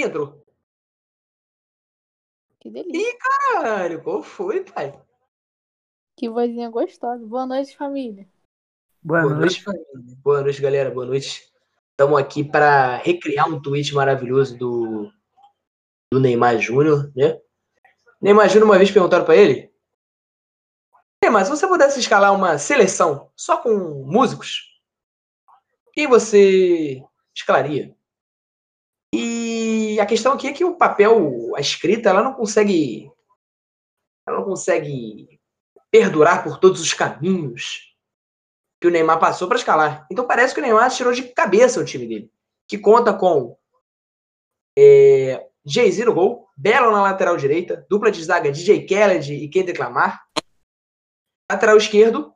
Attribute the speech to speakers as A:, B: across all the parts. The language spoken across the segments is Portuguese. A: Pedro.
B: Que delícia.
A: Ih, caralho, qual foi, pai?
B: Que vozinha gostosa. Boa noite, família.
C: Boa
A: Boa noite,
C: noite.
A: família. Boa noite, galera. Boa noite. Estamos aqui para recriar um tweet maravilhoso do, do Neymar Júnior, né? Neymar Júnior, uma vez perguntaram para ele: Neymar, se você pudesse escalar uma seleção só com músicos, quem você escalaria? E a questão aqui é que o papel, a escrita, ela não consegue. Ela não consegue perdurar por todos os caminhos que o Neymar passou para escalar. Então parece que o Neymar tirou de cabeça o time dele, que conta com é, Jay-Z no gol, Belo na lateral direita, dupla de zaga DJ Khaled e Kendrick Lamar. Lateral esquerdo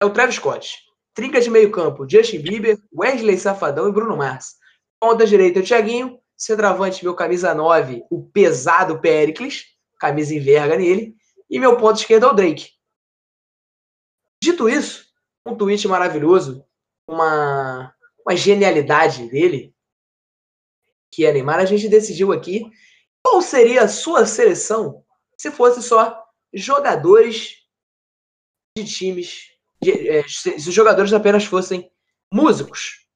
A: é o Travis Scott. Trinca de meio campo, Justin Bieber, Wesley Safadão e Bruno Mars. Ponta direita, o Thiaguinho. Centroavante, meu camisa 9, o pesado Pericles. Camisa enverga nele. E meu ponto esquerdo é o Drake. Dito isso, um tweet maravilhoso, uma, uma genialidade dele, que é Neymar, a gente decidiu aqui qual seria a sua seleção se fosse só jogadores de times, de- é, se se os jogadores apenas fossem músicos.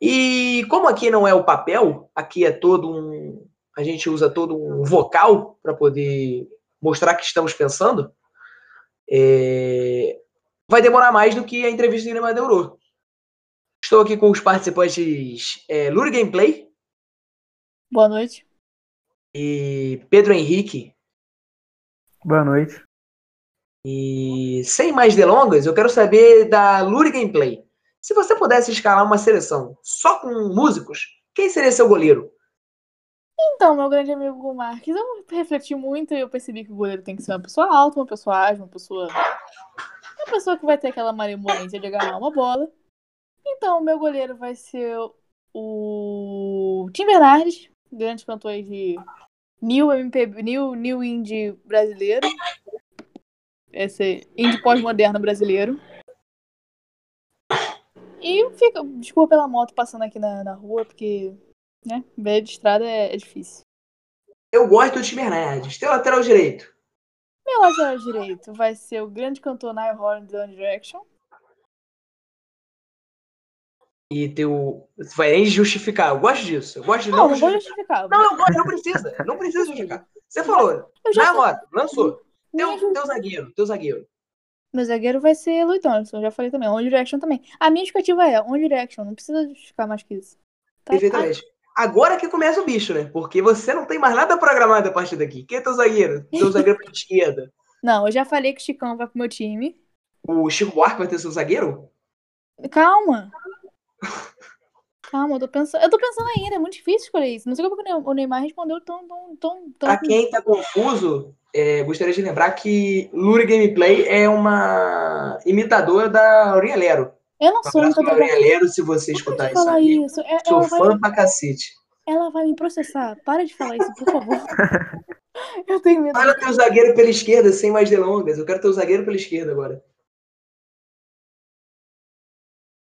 A: E como aqui não é o papel, aqui é todo um. A gente usa todo um vocal para poder mostrar que estamos pensando. É, vai demorar mais do que a entrevista que o Neymar demorou. Estou aqui com os participantes é, Lure Gameplay
B: Boa noite.
A: e Pedro Henrique.
C: Boa noite.
A: E sem mais delongas, eu quero saber da Lure Gameplay. Se você pudesse escalar uma seleção só com músicos, quem seria seu goleiro?
B: Então, meu grande amigo Marques, eu refleti muito e eu percebi que o goleiro tem que ser uma pessoa alta, uma pessoa ágil, uma pessoa. Uma pessoa que vai ter aquela malemolência de agarrar uma bola. Então, o meu goleiro vai ser o Tim Bernardes, grande cantor aí de New MPB, New, New Indie brasileiro. Esse indie pós-moderno brasileiro. E fica. Desculpa pela moto passando aqui na, na rua, porque né? Beira de estrada é, é difícil.
A: Eu gosto do Tim Bernardes, teu lateral direito.
B: Meu lateral direito vai ser o grande cantor Nile Horan do One Direction.
A: E teu. Você vai nem justificar. Eu gosto disso. Eu gosto de
B: Não,
A: não,
B: não vou
A: justificar.
B: justificar.
A: Não, eu gosto, não precisa. Não precisa justificar. Você falou,
B: eu já
A: na
B: falei.
A: hora, lançou.
B: Minha
A: Teu,
B: ju-
A: teu zagueiro, teu zagueiro.
B: Meu zagueiro vai ser Louis Tomlinson, já falei também. One Direction também. A minha indicativa é One Direction, não precisa justificar mais que isso. Tá?
A: Perfeitamente. Agora que começa o bicho, né? Porque você não tem mais nada programado a partir daqui. Quem é teu zagueiro? Teu zagueiro pra esquerda.
B: Ah, Não, eu já falei que o Chicão vai pro meu time.
A: O Chico Buarque vai ter seu zagueiro?
B: Calma! Calma, eu tô pensando. Eu tô pensando ainda, é muito difícil escolher isso. Não sei como que o Ne- o Neymar respondeu tão, tão, tão, tão.
A: Pra quem tá confuso, é, gostaria de lembrar que Lure Gameplay é uma imitadora da Aurinha Lero.
B: Eu não
A: Um
B: sou
A: abraço
B: nunca
A: pra Aurinha Lero, se você escutar
B: de
A: isso
B: falar
A: aqui.
B: isso. É-
A: Sou
B: ela vai-
A: fã pra cacete.
B: Ela vai me processar. Para de falar isso, por favor. Eu tenho medo.
A: Olha teu zagueiro pela esquerda, sem mais delongas. Eu quero teu zagueiro pela esquerda agora.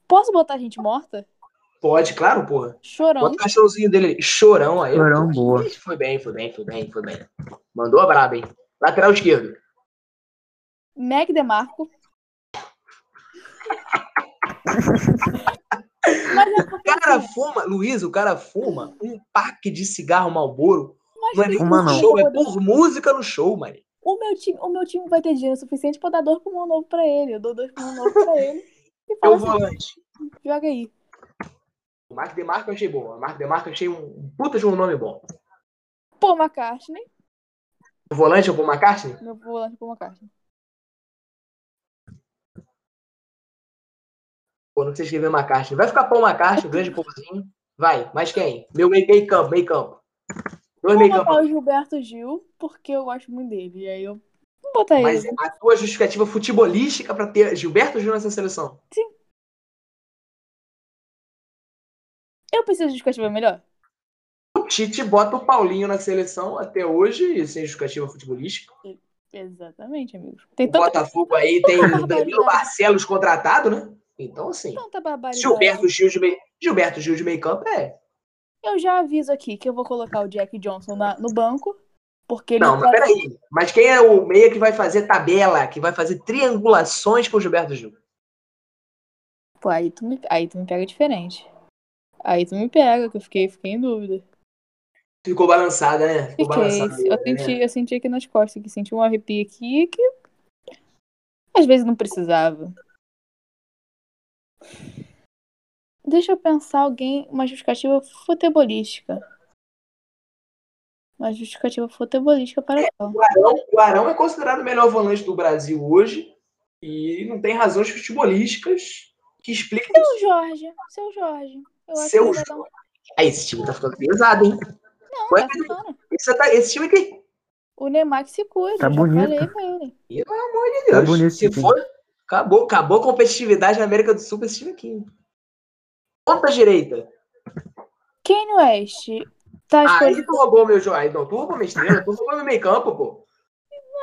B: Posso botar gente morta?
A: Pode, claro, porra.
B: Chorão.
A: Bota o cachorrozinho dele. Chorão aí.
C: Chorão boa.
A: Ih, Foi bem, foi bem, foi bem, foi bem. Mandou a braba, hein? Lateral esquerdo.
B: Meg DeMarco. Mas é
A: O
B: porque
A: cara
B: assim,
A: fuma, Luiz, o cara fuma um pack de cigarro Malboro.
B: mas
A: Não é nem
C: Fuma
A: por
C: não.
A: show, é por música no show, mano.
B: o, meu time, o meu time vai ter dinheiro suficiente pra dar dois pulmão novo pra ele. Eu dou dois pulmão novo pra ele. E
A: É o
B: fala assim,
A: volante.
B: joga aí.
A: O Marco Demarco eu achei bom. O Marco Demarco eu achei um puta de um nome bom.
B: Pô, McCartney.
A: O volante é o Paul McCartney?
B: Meu volante Paul McCartney.
A: Pô, não sei escrever McCartney. Vai ficar Paul McCartney, o grande povozinho. Vai, mas quem? Meu meio, meio campo, meio campo. Dois
B: Vou
A: meio campo.
B: botar o Gilberto Gil, porque eu gosto muito dele. E aí eu vou botar
A: Mas
B: ele.
A: a tua justificativa futebolística pra ter Gilberto Gil nessa seleção?
B: Eu preciso de justificativa melhor?
A: O Tite bota o Paulinho na seleção até hoje, sem justificativa futebolística.
B: Exatamente, amigos. Tem
A: O
B: tanta,
A: Botafogo aí tem
B: Barbaridade.
A: Danilo Barcelos contratado, né? Então, assim,
B: tanta barbaridade.
A: Gilberto Gil de meio, Gilberto Gil de meio campo é
B: Eu já aviso aqui que eu vou colocar o Jack Johnson na- no banco, porque ele tá
A: Não, mas peraí. Mas quem é o meia que vai fazer tabela, que vai fazer triangulações com o Gilberto Gil?
B: Pô, aí tu me, aí tu me pega diferente. Aí tu me pega, que eu fiquei, fiquei em dúvida.
A: Ficou balançada, né? Ficou né?
B: Fiquei.
A: balançada.
B: Eu senti, eu senti aqui nas costas, que senti um arrepio aqui que às vezes não precisava. Deixa eu pensar alguém, uma justificativa futebolística. Uma justificativa futebolística para tal.
A: O Arão, o Arão é considerado o melhor volante do Brasil hoje e não tem razões futebolísticas que expliquem isso.
B: Seu Jorge, seu Jorge. Eu acho
A: Seu
B: que ele vai dar um...
A: Aí, esse time tá ficando pesado, hein? é
B: Não,
A: Ué,
B: tá ficando.
A: Esse, tá- esse time aqui,
B: O Neymar que se cuida.
C: Tá
B: já
C: bonito.
B: Falei pra ele.
A: meu Deus,
C: Tá bonito
A: se
C: esse time.
A: for, acabou, acabou a competitividade na América do Sul pra esse time aqui. Ponta direita.
B: Kanye West tá escolhendo.
A: Aí tu roubou meu jogo. Aí não, tu roubou minha estrela, tu roubou meu meio campo, pô.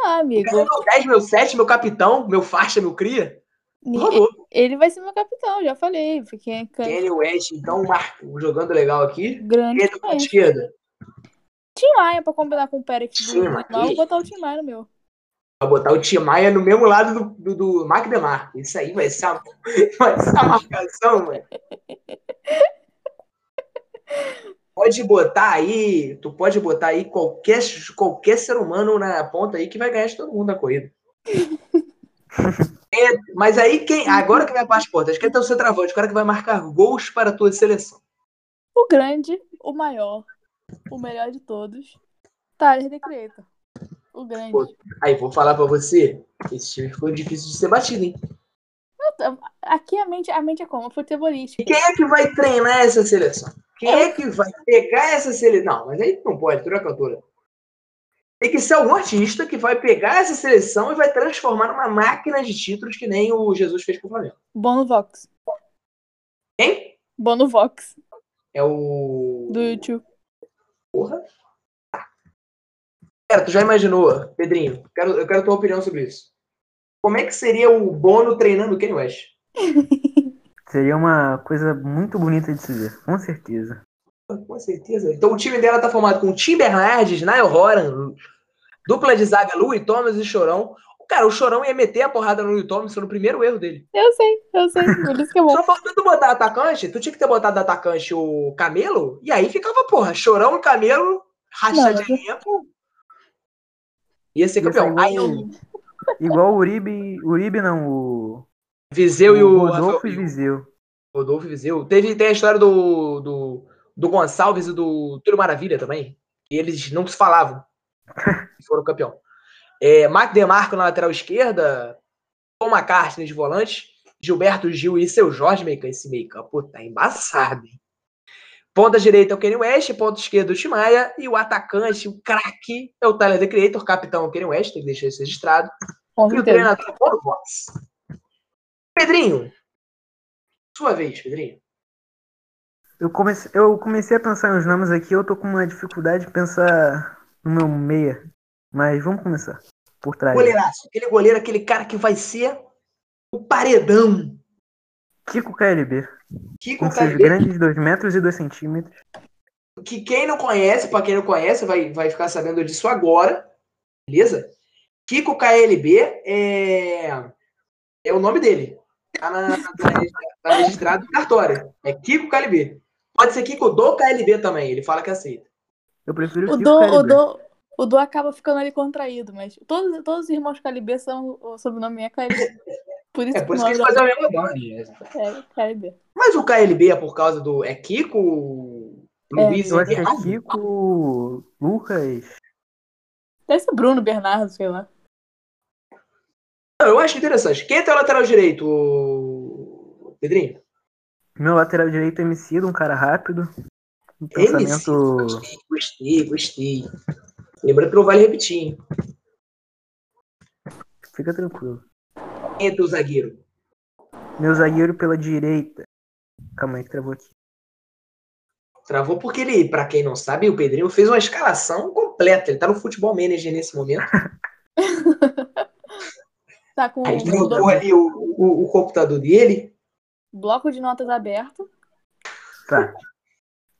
B: Ah,
A: Tu
B: amigo.
A: roubou meu 10, meu 7, meu capitão, meu faixa, meu cria. Tu
B: ni-
A: roubou.
B: Ele vai ser meu capitão, já falei. Fiquei
A: Kenny West, então, Marco, jogando legal aqui.
B: grande. é
A: Esquerda, ponta esquerda.
B: Tim Maia pra combinar com o Perec do
A: Tim
B: do
A: Maia.
B: Mal, vou botar o Tim Maia no meu.
A: Vai botar o Tim Maia no mesmo lado do, do, do Mark Demar. Isso aí vai ser a, vai ser a marcação, mano. Pode botar aí, tu pode botar aí qualquer, qualquer ser humano na ponta aí que vai ganhar de todo mundo na corrida. É, mas aí quem. Agora que vai para as portas, quem é o centroavante? O cara que vai marcar gols para a tua seleção.
B: O grande, o maior, o melhor de todos. Thales de Creta. O grande.
A: Pô. Aí vou falar para você, esse time ficou difícil de ser batido, hein?
B: Aqui a mente, a mente é como? Futebolística.
A: Quem é que vai treinar essa seleção? Quem é que vai pegar essa seleção? Não, mas aí tu não pode, tu não é cantora. Tem que ser algum artista que vai pegar essa seleção e vai transformar numa máquina de títulos que nem o Jesus fez com o Flamengo.
B: Bono Vox.
A: Quem?
B: Bono Vox,
A: É o.
B: do YouTube.
A: Porra. Cara, tu já imaginou, Pedrinho? Quero, eu quero tua opinião sobre isso. Como é que seria o Bono treinando o Kanye West?
C: Seria uma coisa muito bonita de se ver, com certeza.
A: Com certeza. Então o time dela tá formado com Tim Bernardes, Niall Horan, dupla de zaga Louis Thomas e Chorão. Cara, o Chorão ia meter a porrada no Louis Thomas no primeiro erro dele.
B: Eu sei, eu sei. Por isso que é bom.
A: Só faltando botar atacante, tu tinha que ter botado atacante o Camelo, e aí ficava, porra, Chorão e Camelo, rachadinha, pô. Ia ser
C: Ia
A: campeão.
C: ser
B: é
A: Aí
B: um
C: igual-
A: o
C: Igual o Uribe. Uribe não, o.
A: Viseu e
C: o
A: o
C: Rodolfo e
A: Rafael-
C: Viseu.
A: Rodolfo e Viseu. Teve, tem a história do, do, do Gonçalves e do Túlio Maravilha também. E eles não se falavam. E foram campeão. É, Marco Demarco na lateral esquerda. Paul McCartney de volante. Gilberto Gil e seu Jorge meio campo. Esse meio campo tá embaçado, hein? Ponta direita é o Kenny West, ponta esquerda é o Timaya e o atacante, o craque, é o Tyler The Creator, capitão é o Kenny West, tem que deixar isso registrado.
B: Com
A: E o
B: certeza.
A: treinador é o Paulo Vox. Pedrinho, sua vez, Pedrinho.
C: Eu comecei, eu comecei a pensar nos nomes aqui, eu tô com uma dificuldade de pensar no meu meia. Mas vamos começar. Por trás.
A: Goleiraço. Aquele goleiro, aquele cara que vai ser o paredão.
C: Kiko KLB,
A: Kiko
C: com seus
A: Caribe,
C: grandes 2 metros e 2 centímetros.
A: que quem não conhece, pra quem não conhece, vai, vai ficar sabendo disso agora. Beleza? Kiko KLB é, é o nome dele. Tá, na, tá registra- tá registrado no cartório. É Kiko KLB. Pode ser Kiko do KLB também. Ele fala que aceita.
C: Eu prefiro
B: O
C: Kiko
B: do, o,
C: KLB.
B: do, o do acaba ficando ali contraído, mas todos, todos os irmãos Calibê são o sobrenome é Calibê. Por isso
A: É por isso
B: o
A: que eles
B: nome
A: fazem a mesma banda.
B: é Calibê.
A: Mas o KLB é por causa do. É Kiko?
B: É.
A: Luiz
C: Eu acho que
A: Henrique?
C: é Kiko, Lucas.
B: Deve ser Bruno Bernardo, sei lá.
A: Não, Ah, eu acho interessante. Quem é teu lateral direito, ô, Pedrinho?
C: Meu lateral direito é MC, um cara rápido. Um
A: MC.
C: pensamento.
A: é Gostei, gostei. Lembrando que não vale repetir, hein?
C: Fica tranquilo.
A: Quem é teu zagueiro?
C: Meu zagueiro pela direita. Calma aí que travou aqui.
A: Travou porque ele, pra quem não sabe, o Pedrinho fez uma escalação completa. Ele tá no futebol manager nesse momento.
B: Tá com
A: Aí ele
B: o,
A: jogou ali o, o- o computador dele.
B: bloco de notas aberto.
C: Tá.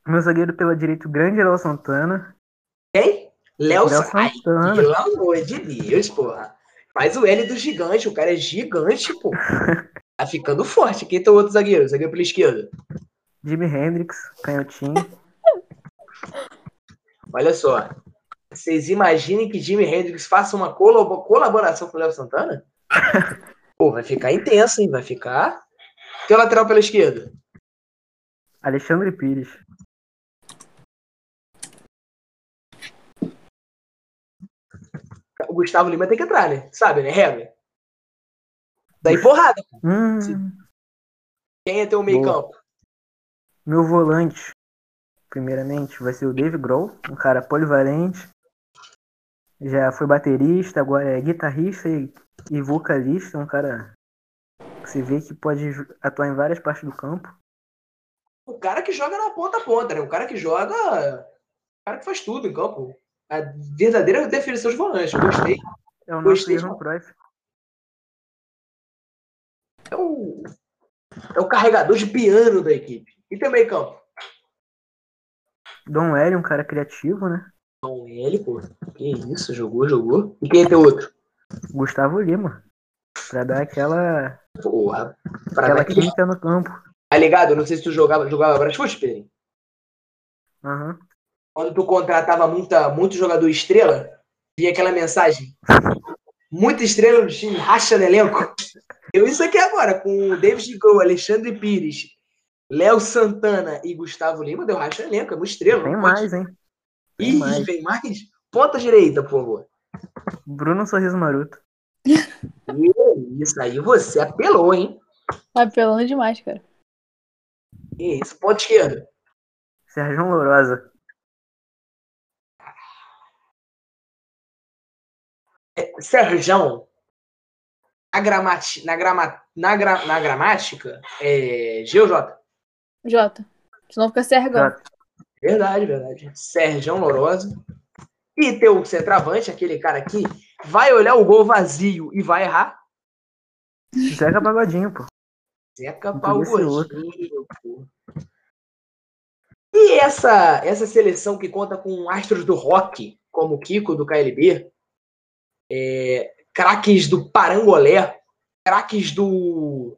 C: Meu zagueiro pela direita, o grande Léo Santana.
A: Quem? Léo
C: Léo
A: Sa- Ai,
C: Santana.
A: Pelo amor de Deus, porra. Faz o L do gigante, o cara é gigante, pô. Tá ficando forte. Quem tem o outro zagueiro? Zagueiro pela esquerda.
C: Jimi Hendrix, canhotinho.
A: Olha só. Vocês imaginem que Jimi Hendrix faça uma colabo- colaboração com o Léo Santana? Pô, vai ficar intenso, hein? Vai ficar. Teu lateral pela esquerda.
C: Alexandre Pires.
A: O Gustavo Lima tem que entrar, né? Sabe, né? Regra. Daí porrada.
C: Hum,
A: Sim. Quem é teu meio-campo?
C: meu volante, primeiramente, vai ser o Dave Grohl, um cara polivalente. Já foi baterista, agora é guitarrista e, e vocalista, um cara que você vê que pode atuar em várias partes do campo.
A: O cara que joga na ponta a ponta, né? O cara que joga. O cara que faz tudo em campo. A verdadeira definição de volante. Eu gostei.
C: É o nosso
A: Gostei
C: Ivan Cruyff.
A: É o, é o carregador de piano da equipe. E teu meio-campo?
C: Dom L, um cara criativo, né?
A: Não, ele, pô. Que isso, jogou, jogou. E quem é teu outro?
C: Gustavo Lima. Pra dar aquela,
A: Porra. Pra
C: aquela
A: dar aquele-
C: química no campo.
A: Tá ligado? Eu não sei se tu jogava, jogava Brasfute, Pedrinho.
C: Aham.
A: Quando tu contratava muita, muito jogador estrela, vinha aquela mensagem. Muita estrela no time, racha no elenco. Eu isso aqui agora, com o David Grohl, Alexandre Pires, Léo Santana e Gustavo Lima, deu racha no elenco. É uma estrela.
C: Tem
A: não pode-
C: mais, hein? tem
A: Ih,
C: mais.
A: tem mais? Ponta direita, por favor.
C: Bruno Sorriso Maroto.
A: Que Isso aí você apelou, hein?
B: Tá apelando demais, cara.
A: Que Isso, ponto esquerdo.
C: Sérgio Lourosa.
A: Serjão. Na, gramati... na, grama... na, gra... na gramática, é GJ.
B: Jota. Senão fica sergão.
C: Jota.
A: Verdade, verdade. Serjão Lourosa. E teu centroavante, aquele cara aqui, vai olhar o gol vazio e vai errar.
C: Zeca Pagodinho, pô.
A: Zeca
C: Não podia ser
A: Pagodinho, pô. E essa, essa seleção que conta com astros do rock, como o Kiko do KLB, é, craques do Parangolé, craques do.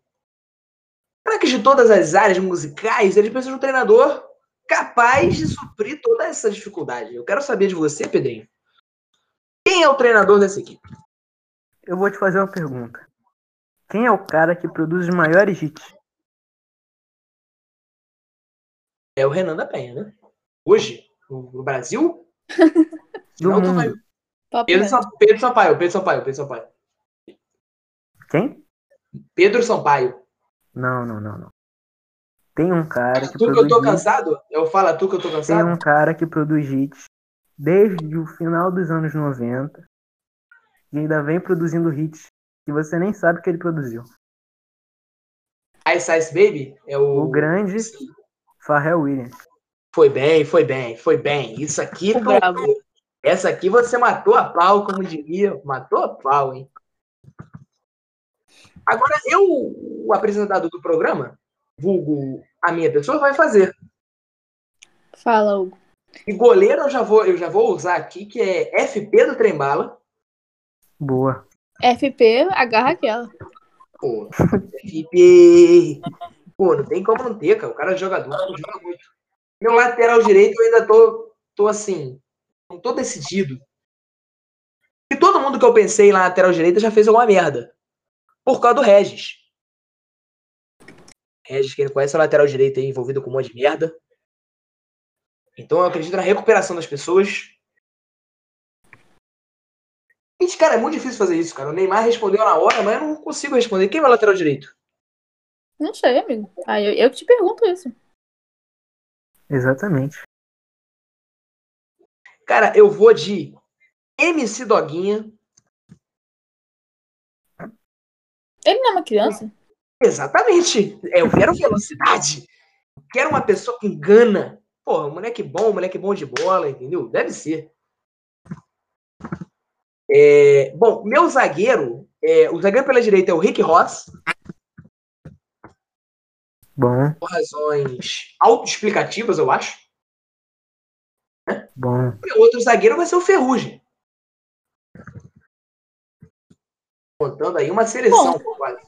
A: craques de todas as áreas musicais, eles precisam de um treinador capaz de suprir toda essa dificuldade. Eu quero saber de você, Pedrinho. Quem é o treinador dessa equipe?
C: Eu vou te fazer uma pergunta. Quem é o cara que produz os maiores hits?
A: É o Renan da Penha, né? Hoje, no no Brasil,
C: Do
A: não tu vai
C: mundo.
B: Papo
A: Pedro,
B: reto.
A: Sam, Pedro Sampaio, Pedro Sampaio, Pedro Sampaio.
C: Quem?
A: Pedro Sampaio.
C: Não, não, não, não. Tem um cara
A: Tu
C: que
A: que eu tô
C: produz hits.
A: cansado? Eu falo tu que eu tô
C: Tem
A: cansado?
C: um cara que produz hits desde o final dos anos 90 e ainda vem produzindo hits que você nem sabe que ele produziu.
A: Ice Ice Baby é o...
C: O grande Pharrell Williams.
A: Foi bem, foi bem, foi bem. Isso aqui...
B: Tô
A: tu-
B: bravo.
A: Essa aqui você matou a pau, como diria. Matou a pau, hein? Agora, eu, o apresentador do programa, vulgo a minha pessoa, vai fazer.
B: Fala, Hugo.
A: E goleiro eu já vou, eu já vou usar aqui, que é FP do Trembala.
C: Boa.
B: FP, agarra aquela.
A: Pô, Felipe. Pô, não tem como não ter, cara. O cara é jogador, joga muito. Meu lateral direito eu ainda tô, tô assim, não tô decidido. E todo mundo que eu pensei lá na lateral direita já fez alguma merda. Por causa do Regis. Regis, quem não conhece, é o lateral direito aí envolvido com um monte de merda. Então eu acredito na recuperação das pessoas. Gente, cara, é muito difícil fazer isso, cara. O Neymar respondeu na hora, mas eu não consigo responder. Quem é o lateral direito?
B: Não sei, amigo. Ah, eu, eu que te pergunto isso.
C: Exatamente.
A: Cara, eu vou de MC Doguinha.
B: Ele não é uma criança?
A: Exatamente. É, Eu quero velocidade. Eu quero uma pessoa que engana. Porra, moleque bom, um moleque bom de bola, entendeu? Deve ser. É, bom, meu zagueiro, é, o zagueiro pela direita é o Rick Ross,
C: Bom,
A: por razões autoexplicativas, eu acho.
C: Bom.
A: E o outro zagueiro vai ser o Ferrugem. Contando aí uma seleção. quase.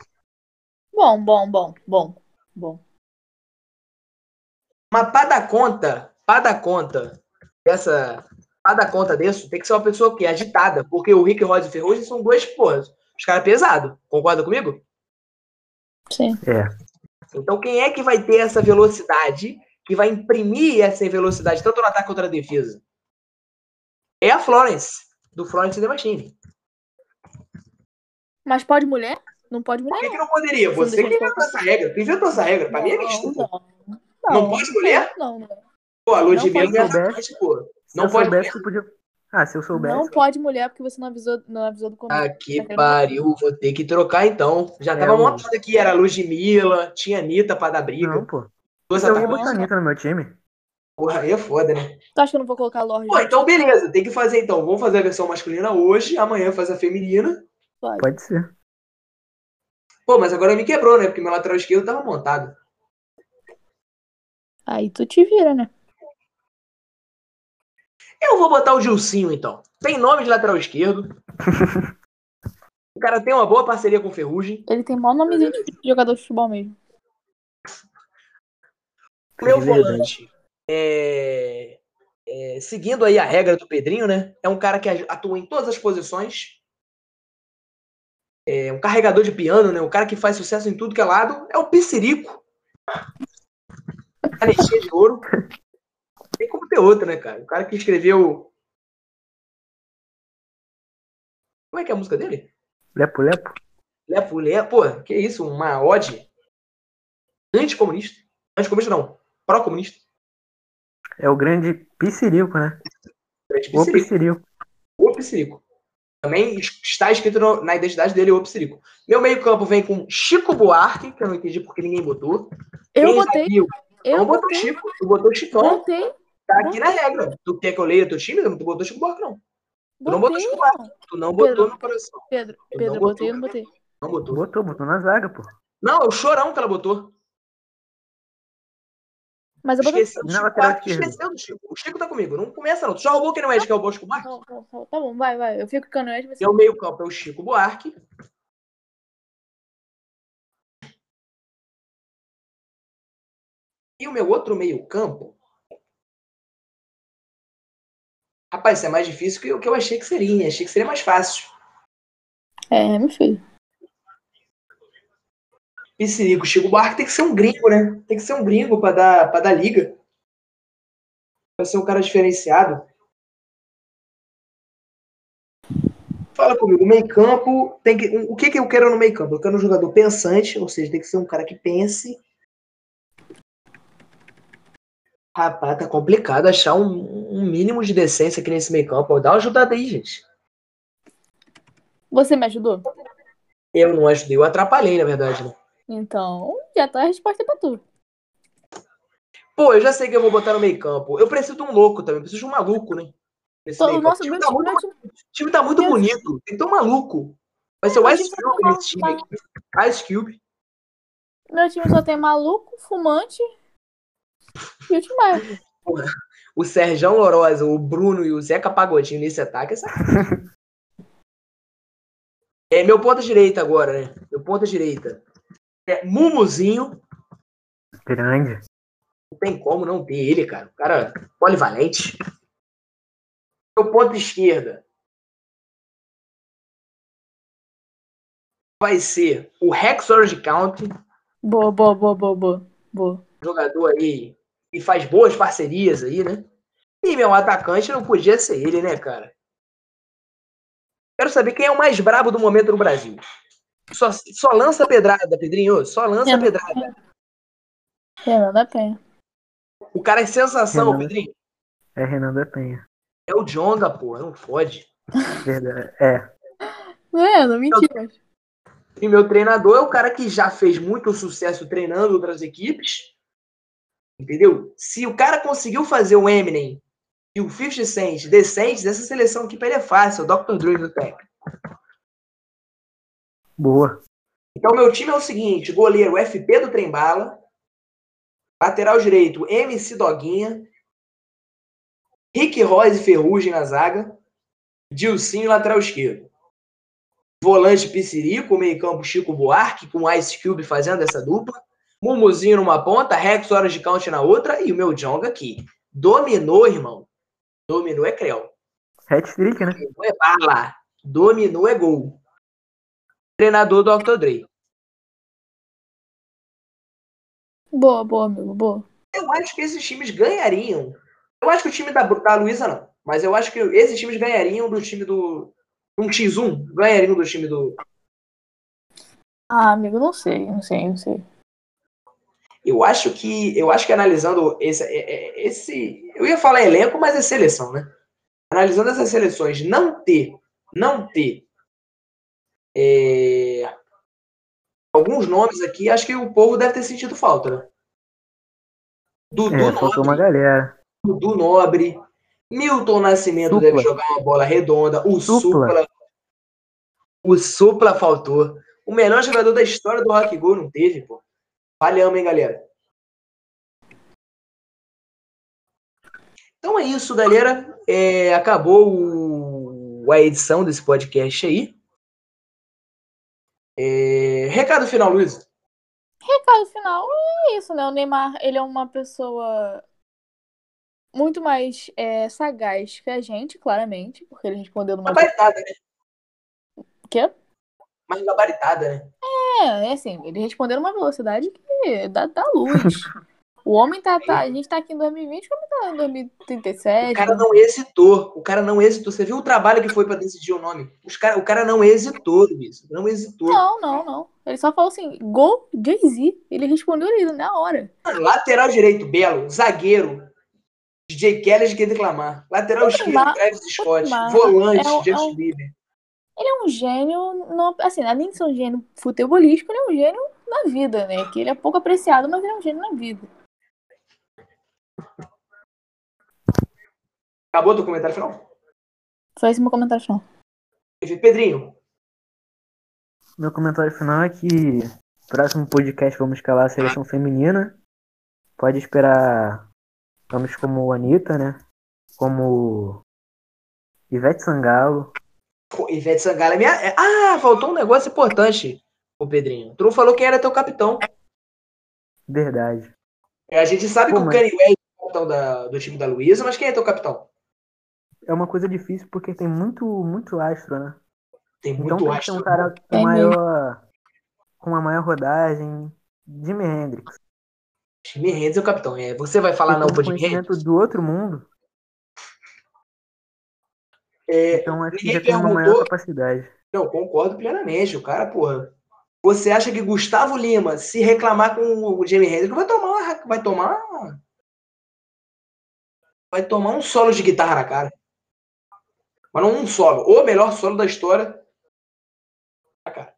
B: Bom, bom, bom, bom, bom.
A: Mas para dar conta, para dar conta dessa, para dar conta disso, tem que ser uma pessoa que é agitada, porque o Rick Rods e o Ferrugem são dois porras, os caras pesados. Concorda comigo?
B: Sim.
C: É.
A: Então quem é que vai ter essa velocidade, que vai imprimir essa velocidade tanto no ataque quanto na defesa? É a Florence, do Florence and The Machine.
B: Mas pode mulher? Não pode
A: Por que,
B: mulher?
A: que não poderia? Você que inventou essa regra. Tu inventou essa regra. Pra mim é misto. pô.
B: não, não.
A: Não pode mulher?
B: Não, não.
A: Pô, a
B: Não
A: Ludmilla
C: pode
A: é
C: mulher.
A: atacante, pô.
C: Se
A: Não
C: eu
A: pode
C: soubesse, eu podia. Ah, se eu soubesse.
B: Não pode mulher porque você não avisou, não avisou do começo.
A: Ah, que pariu. Vou ter que trocar então. Já
C: É,
A: tava
C: mano.
A: montado aqui. Era Ludmilla, tinha Anitta pra dar briga.
C: Não, pô. Então
A: Duas
C: Eu vou
A: atacantes.
C: botar a Anitta no meu time.
A: Porra, aí é foda, né?
B: Tu acha que eu não vou colocar a Lorde?
A: Pô, então beleza, tem que fazer então. Vamos fazer a versão masculina hoje, amanhã faz a feminina.
B: Pode.
C: Pode ser.
A: Pô, mas agora me quebrou, né? Porque meu lateral esquerdo tava montado.
B: Aí tu te vira, né?
A: Eu vou botar o Gilcinho então. Tem nome de lateral esquerdo. o cara tem uma boa parceria com o Ferrugem.
B: Ele tem mau nomezinho de jogador de futebol mesmo.
A: O meu
C: De verdade.
A: volante. É... é, Seguindo aí a regra do Pedrinho, né? É um cara que atua em todas as posições. É um carregador de piano, né? Um cara que faz sucesso em tudo que é lado. É o Piscirico. Canetinha de ouro. Tem como ter outro, né, cara? O cara que escreveu. Como é que é a música dele?
C: Lepo, lepo.
A: Lepo, lepo. Pô, que isso? Uma ode anticomunista. Anticomunista não. Pró-comunista.
C: É o grande Piscirico, né?
A: Grande
C: O
A: Piscirico.
C: Piscirico.
A: o Psirico. um Também está escrito no- na identidade dele o Psirico. Meu meio-campo vem com Chico Buarque, que eu não entendi porque ninguém botou.
B: Eu
A: Quem
B: botei,
A: zagueiro?
B: eu
A: não botou
B: botei,
A: Chico, tu botou Chicão,
B: botei,
A: tá aqui na regra. Tu quer que eu leia teu time? Tu botou Chico Buarque, não. Tu não botou
B: botei.
A: Chico Buarque, tu não
B: Pedro.
A: botou no coração.
B: Pedro,
A: Eu
B: Pedro,
A: não
B: eu botei, eu não
A: botei.
B: botei.
A: Não botou.
C: Botou, botou na zaga, pô.
A: Não, é o Chorão que ela botou.
B: Mas eu botei.
A: Esqueceu do
C: Na
A: Chico
C: lateral
A: Buarque,
C: esquerda.
A: esqueceu do Chico. O Chico tá comigo, não começa não. Tu já roubou quem não é de que é o Bosco Buarque?
B: Tá bom, tá bom, vai, vai. Eu fico canoete, mas
A: Meu meio-campo é o Chico Buarque. E o meu outro meio-campo. Rapaz, isso é mais difícil que o que eu achei que seria, hein? Achei que seria mais fácil.
B: É, meu filho.
A: Piscirico, Chico Buarque tem que ser um gringo, né? Tem que ser um gringo pra dar, pra dar liga. Pra ser um cara diferenciado. Fala comigo, meio campo tem que. O que, que eu quero no meio campo? Eu quero um jogador pensante, ou seja, tem que ser um cara que pense. Rapaz, tá complicado achar um, um mínimo de decência aqui nesse meio campo. Dá uma ajudada aí, gente.
B: Você me ajudou?
A: Eu não ajudei, eu atrapalhei, na verdade. Né?
B: Então, já tá a resposta pra tu.
A: Pô, eu já sei que eu vou botar no meio campo. Eu preciso de um louco também, eu preciso de um maluco, né? Nesse
B: Então, o
A: meio-campo.
B: nosso
A: o, time
B: grande
A: tá muito,
B: time
A: o time tá muito
B: Deus.
A: bonito. Tem que ter um maluco. Vai ser o
B: Meu
A: Ice
B: time tá
A: Cube nesse time
B: maluco.
A: aqui. Ice Cube.
B: Meu time só tem maluco, fumante e o Timar.
A: O Serjão Lorosa, o Bruno e o Zeca Pagodinho nesse ataque. Essa... é meu ponta direita agora, né? Meu ponta direita. É Mumuzinho.
C: Grande.
A: Não tem como não ter ele, cara. O cara é polivalente. Meu ponto esquerda. Vai ser o Rex Orange County,
B: Boa, boa, boa, boa, boa. Boa.
A: jogador aí que faz boas parcerias aí, né? E meu atacante não podia ser ele, né, cara? Quero saber quem é o mais brabo do momento no Brasil. Só, só lança pedrada, Pedrinho. Só lança
B: É.
A: pedrada.
B: Renan da Penha.
A: O cara é sensação,
C: Renan.
A: Pedrinho.
C: É Renan da Penha.
A: É o Jonga, pô. Não fode.
C: Verdade. É.
B: Renan, mentira.
A: E meu treinador é o cara que já fez muito sucesso treinando outras equipes. Entendeu? Se o cara conseguiu fazer o Eminem e o 50 Cent decentes, essa seleção aqui pra ele é fácil. O Dr. Drew no técnico.
C: Boa.
A: Então, meu time é o seguinte: goleiro FP do Trembala, lateral direito MC Doguinha, Rick Rose e Ferrugem na zaga. Dilcinho lateral esquerdo. Volante Piscirico, meio campo Chico Buarque, com Ice Cube fazendo essa dupla. Mumuzinho numa ponta, Rex Horas de Count na outra e o meu Jonga aqui. Dominou, irmão. Dominou é creu.
C: Hat-trick, né?
A: Dominou é bala. Dominou é gol. Treinador do Dr. Dre.
B: Boa, boa, amigo, boa.
A: Eu acho que esses times ganhariam. Eu acho que o time da, da Luísa não. Mas eu acho que esses times ganhariam do time do. Um X1 ganhariam do time do.
B: Ah, amigo, não sei, não sei, não sei.
A: Eu acho que. Eu acho que analisando esse. é- é- esse eu ia falar elenco, mas é seleção, né? Analisando essas seleções, não ter. Não ter. é, alguns nomes aqui, acho que o povo deve ter sentido falta, né? Dudu
C: É,
A: Nobre,
C: faltou uma galera.
A: Dudu Nobre, Milton Nascimento
C: Supla.
A: deve jogar uma bola redonda, o Supla.
C: Supla.
A: O Supla faltou. O melhor jogador da história do Rock Go não teve, pô. Falhamos, hein, galera? Então é isso, galera. É, acabou o- a edição desse podcast aí. É, recado final, Luiz.
B: Recado final é isso, né? O Neymar, ele é uma pessoa muito mais é, sagaz que a gente, claramente, porque ele respondeu numa.
A: Gabaritada, né?
B: Quê?
A: Mais gabaritada, né?
B: É, é assim, ele respondeu numa velocidade que dá, dá luz. O homem tá, tá. A gente tá aqui em 2020, o homem tá em 2037.
A: O cara não hesitou. O cara não hesitou. Você viu o trabalho que foi pra decidir o nome? Os cara, o cara não hesitou, Luiz. Não hesitou.
B: Não, não, não. Ele só falou assim, gol Jay-Z. Ele respondeu ali na hora.
A: Mano, lateral direito, Belo. Zagueiro. DJ Kelly de quem reclamar. Lateral esquerdo,
B: Neymar-
A: Travis Scott.
B: Neymar
A: Volante,
B: é um- é
A: Justin
B: um-
A: Bieber.
B: Ele é um gênio, no- assim, além de ser um gênio futebolístico, ele é um gênio na vida, né? Que ele é pouco apreciado, mas ele é um gênio na vida.
A: Acabou o documentário final?
B: Foi esse meu comentário final.
A: Enfim, Pedrinho,
C: Meu comentário final é que próximo podcast vamos escalar a seleção feminina. Pode esperar nomes como Anitta, né? Como Ivete Sangalo.
A: pô, Ivete Sangalo é minha. é- Ah, faltou um negócio importante, o Pedrinho. Tu não falou quem era teu capitão.
C: Verdade.
A: É, A gente sabe
C: Pô,
A: que o
C: mas-
A: Kanye West é o capitão da- do time da Luísa, mas quem é teu capitão?
C: É uma coisa difícil porque tem muito, muito astro, né?
A: Tem muito
C: Então tem que ser
A: astro.
C: um cara com
B: É
C: maior. com uma maior rodagem. Jimi Hendrix.
A: Jimi Hendrix é o capitão. É, você vai falar
C: E
A: não
C: com
A: pro Jimi Hendrix?
C: um conhecimento do outro mundo.
A: É,
C: Então acho que
A: ninguém
C: já tem uma maior
A: perguntou.
C: capacidade.
A: Eu concordo plenamente. O cara, porra. Você acha que Gustavo Lima, se reclamar com o Jamie Hendrix, vai tomar uma- vai tomar vai tomar um solo de guitarra na cara. Mas não um solo, o melhor solo da história. na cara.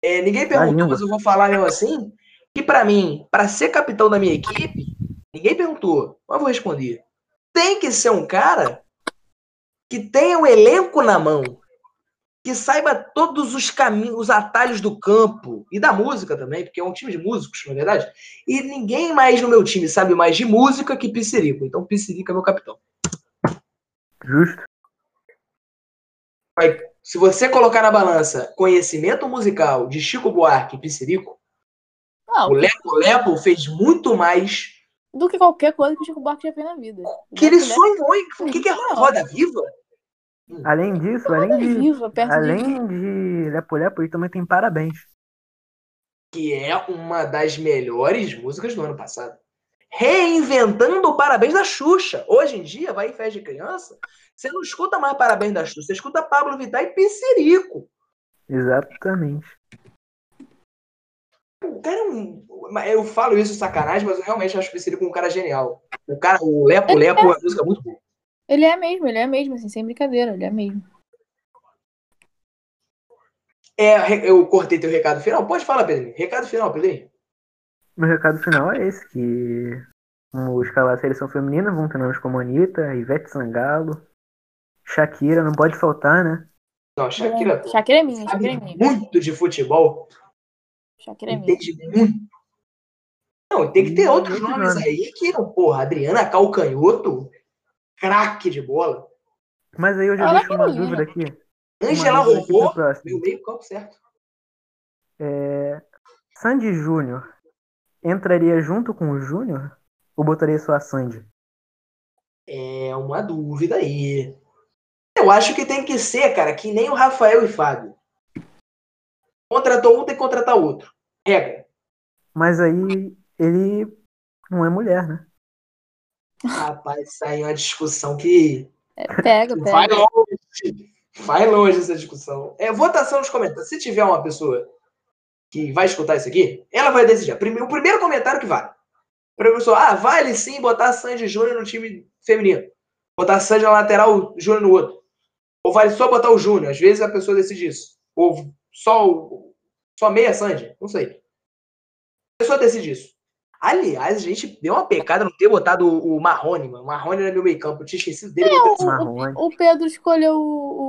A: É, ninguém perguntou,
C: língua.
A: mas eu vou falar mesmo assim, que pra mim, pra ser capitão da minha equipe, ninguém perguntou, mas eu vou responder. Tem que ser um cara que tenha o elenco na mão que saiba todos os caminhos, os atalhos do campo e da música também, porque é um time de músicos, na verdade. E ninguém mais no meu time sabe mais de música que Piscirico. Então Piscirico é meu capitão.
C: Justo.
A: Se você colocar na balança conhecimento musical de Chico Buarque e Piscirico,
B: Não,
A: o Lepo Lepo fez muito mais
B: do que qualquer coisa que o Chico Buarque já fez na vida.
A: que ele
B: Neto Neto
A: sonhou. hein? O que, que é Roda Viva?
C: Além disso,
B: tá
C: além de.
B: viva perto de...
C: Além de Lepo Lepo, ele também tem parabéns.
A: Que é uma das melhores músicas do ano passado. Reinventando o Parabéns da Xuxa. Hoje em dia, vai em festa de criança, você não escuta mais Parabéns da Xuxa, você escuta Pablo Vittar e Piscirico.
C: Exatamente.
A: O cara é um. Eu falo isso sacanagem, mas eu realmente acho o Piscirico um cara genial. O cara, o Lepo Lepo é uma música muito boa.
B: Ele é mesmo, ele é mesmo, assim, sem brincadeira, ele é mesmo.
A: É, eu cortei teu recado final. Pode falar, Pedrinho. Recado final, Pedrinho.
C: Meu recado final é esse, que vamos escalar a seleção feminina, vão ter nomes como Anitta, Ivete Sangalo, Shakira, não pode faltar, né?
A: Não, Shakira, pô,
B: Shakira é minha, Shakira é
A: sabe
B: minha.
A: muito de futebol.
B: Shakira é minha.
A: Entende muito. Não, tem que ter
C: Hum,
A: outros
C: muito
A: nomes
C: nome.
A: aí que, não, porra, Adriana Calcanhoto. craque de bola.
C: Mas aí eu já
B: Ela
C: deixo
B: é
C: uma
B: menina.
C: dúvida aqui. Uma
A: Angela
C: dúvida aqui pro
A: roubou
C: próximo.
A: meu meio campo, certo?
C: É, Sandy Júnior entraria junto com o Júnior ou botaria só a Sandy?
A: É uma dúvida aí. Eu acho que tem que ser, cara, que nem o Rafael e Fábio. Contratou um, tem que contratar outro. Regra.
C: Mas aí ele não é mulher, né?
A: Rapaz, isso aí é uma discussão que
B: Pega, pega.
A: vai longe. Vai longe essa discussão. É votação nos comentários. Se tiver uma pessoa que vai escutar isso aqui, ela vai decidir. Prime- O primeiro comentário que vale. O professor, ah, vale sim botar a Sandy Júnior no time feminino. Botar a Sandy na lateral, o Júnior no outro. Ou vale só botar o Júnior. Às vezes a pessoa decide isso. Ou só, o- só meia Sandy. Não sei. A pessoa decide isso. Aliás, a gente deu uma pecada não ter botado o o Marrone, mano. O Marrone era meu meio campo. Eu tinha esquecido dele. botei
B: O-
C: Marrone.
B: O, o Pedro escolheu o, o,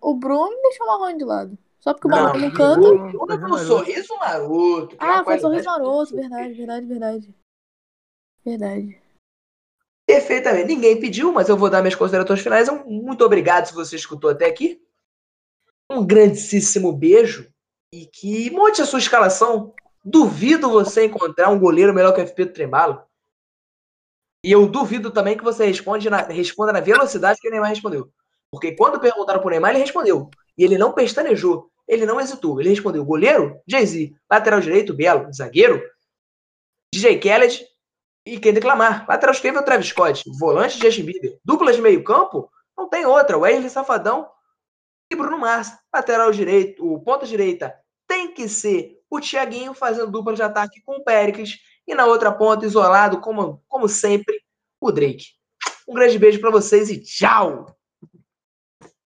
B: o, o Bruno e deixou o Marrone de lado. Só porque o
A: Não,
B: Marrone
A: o
B: canta.
A: Bruno- Bruno
C: Sorriso
A: foi um
C: Maroto.
A: sorriso maroto. que é uma
B: Ah, foi o
A: qualidade
B: Sorriso Maroto.
A: que eu
B: Verdade, verdade, verdade. Verdade.
A: Perfeitamente. Ninguém pediu, mas eu vou dar minhas considerações finais. Um Muito obrigado se você escutou até aqui. Um grandíssimo beijo e que monte a sua escalação. Duvido você encontrar um goleiro melhor que o FP do Trembalo. E eu duvido também que você responde na, responda na velocidade que o Neymar respondeu. Porque quando perguntaram pro Neymar, ele respondeu. E ele não pestanejou, ele não hesitou. Ele respondeu: goleiro, Jay-Z. Lateral direito, Belo. Zagueiro, DJ Khaled, e quem declamar. Lateral esquerdo é o Travis Scott. Volante, Justin Bieber. Dupla de meio campo? Não tem outra. Wesley Safadão e Bruno Mars. Lateral direito, o ponta direita tem que ser o Thiaguinho fazendo dupla de ataque com o Pericles. E na outra ponta, isolado, como, como sempre, o Drake. Um grande beijo para vocês e tchau!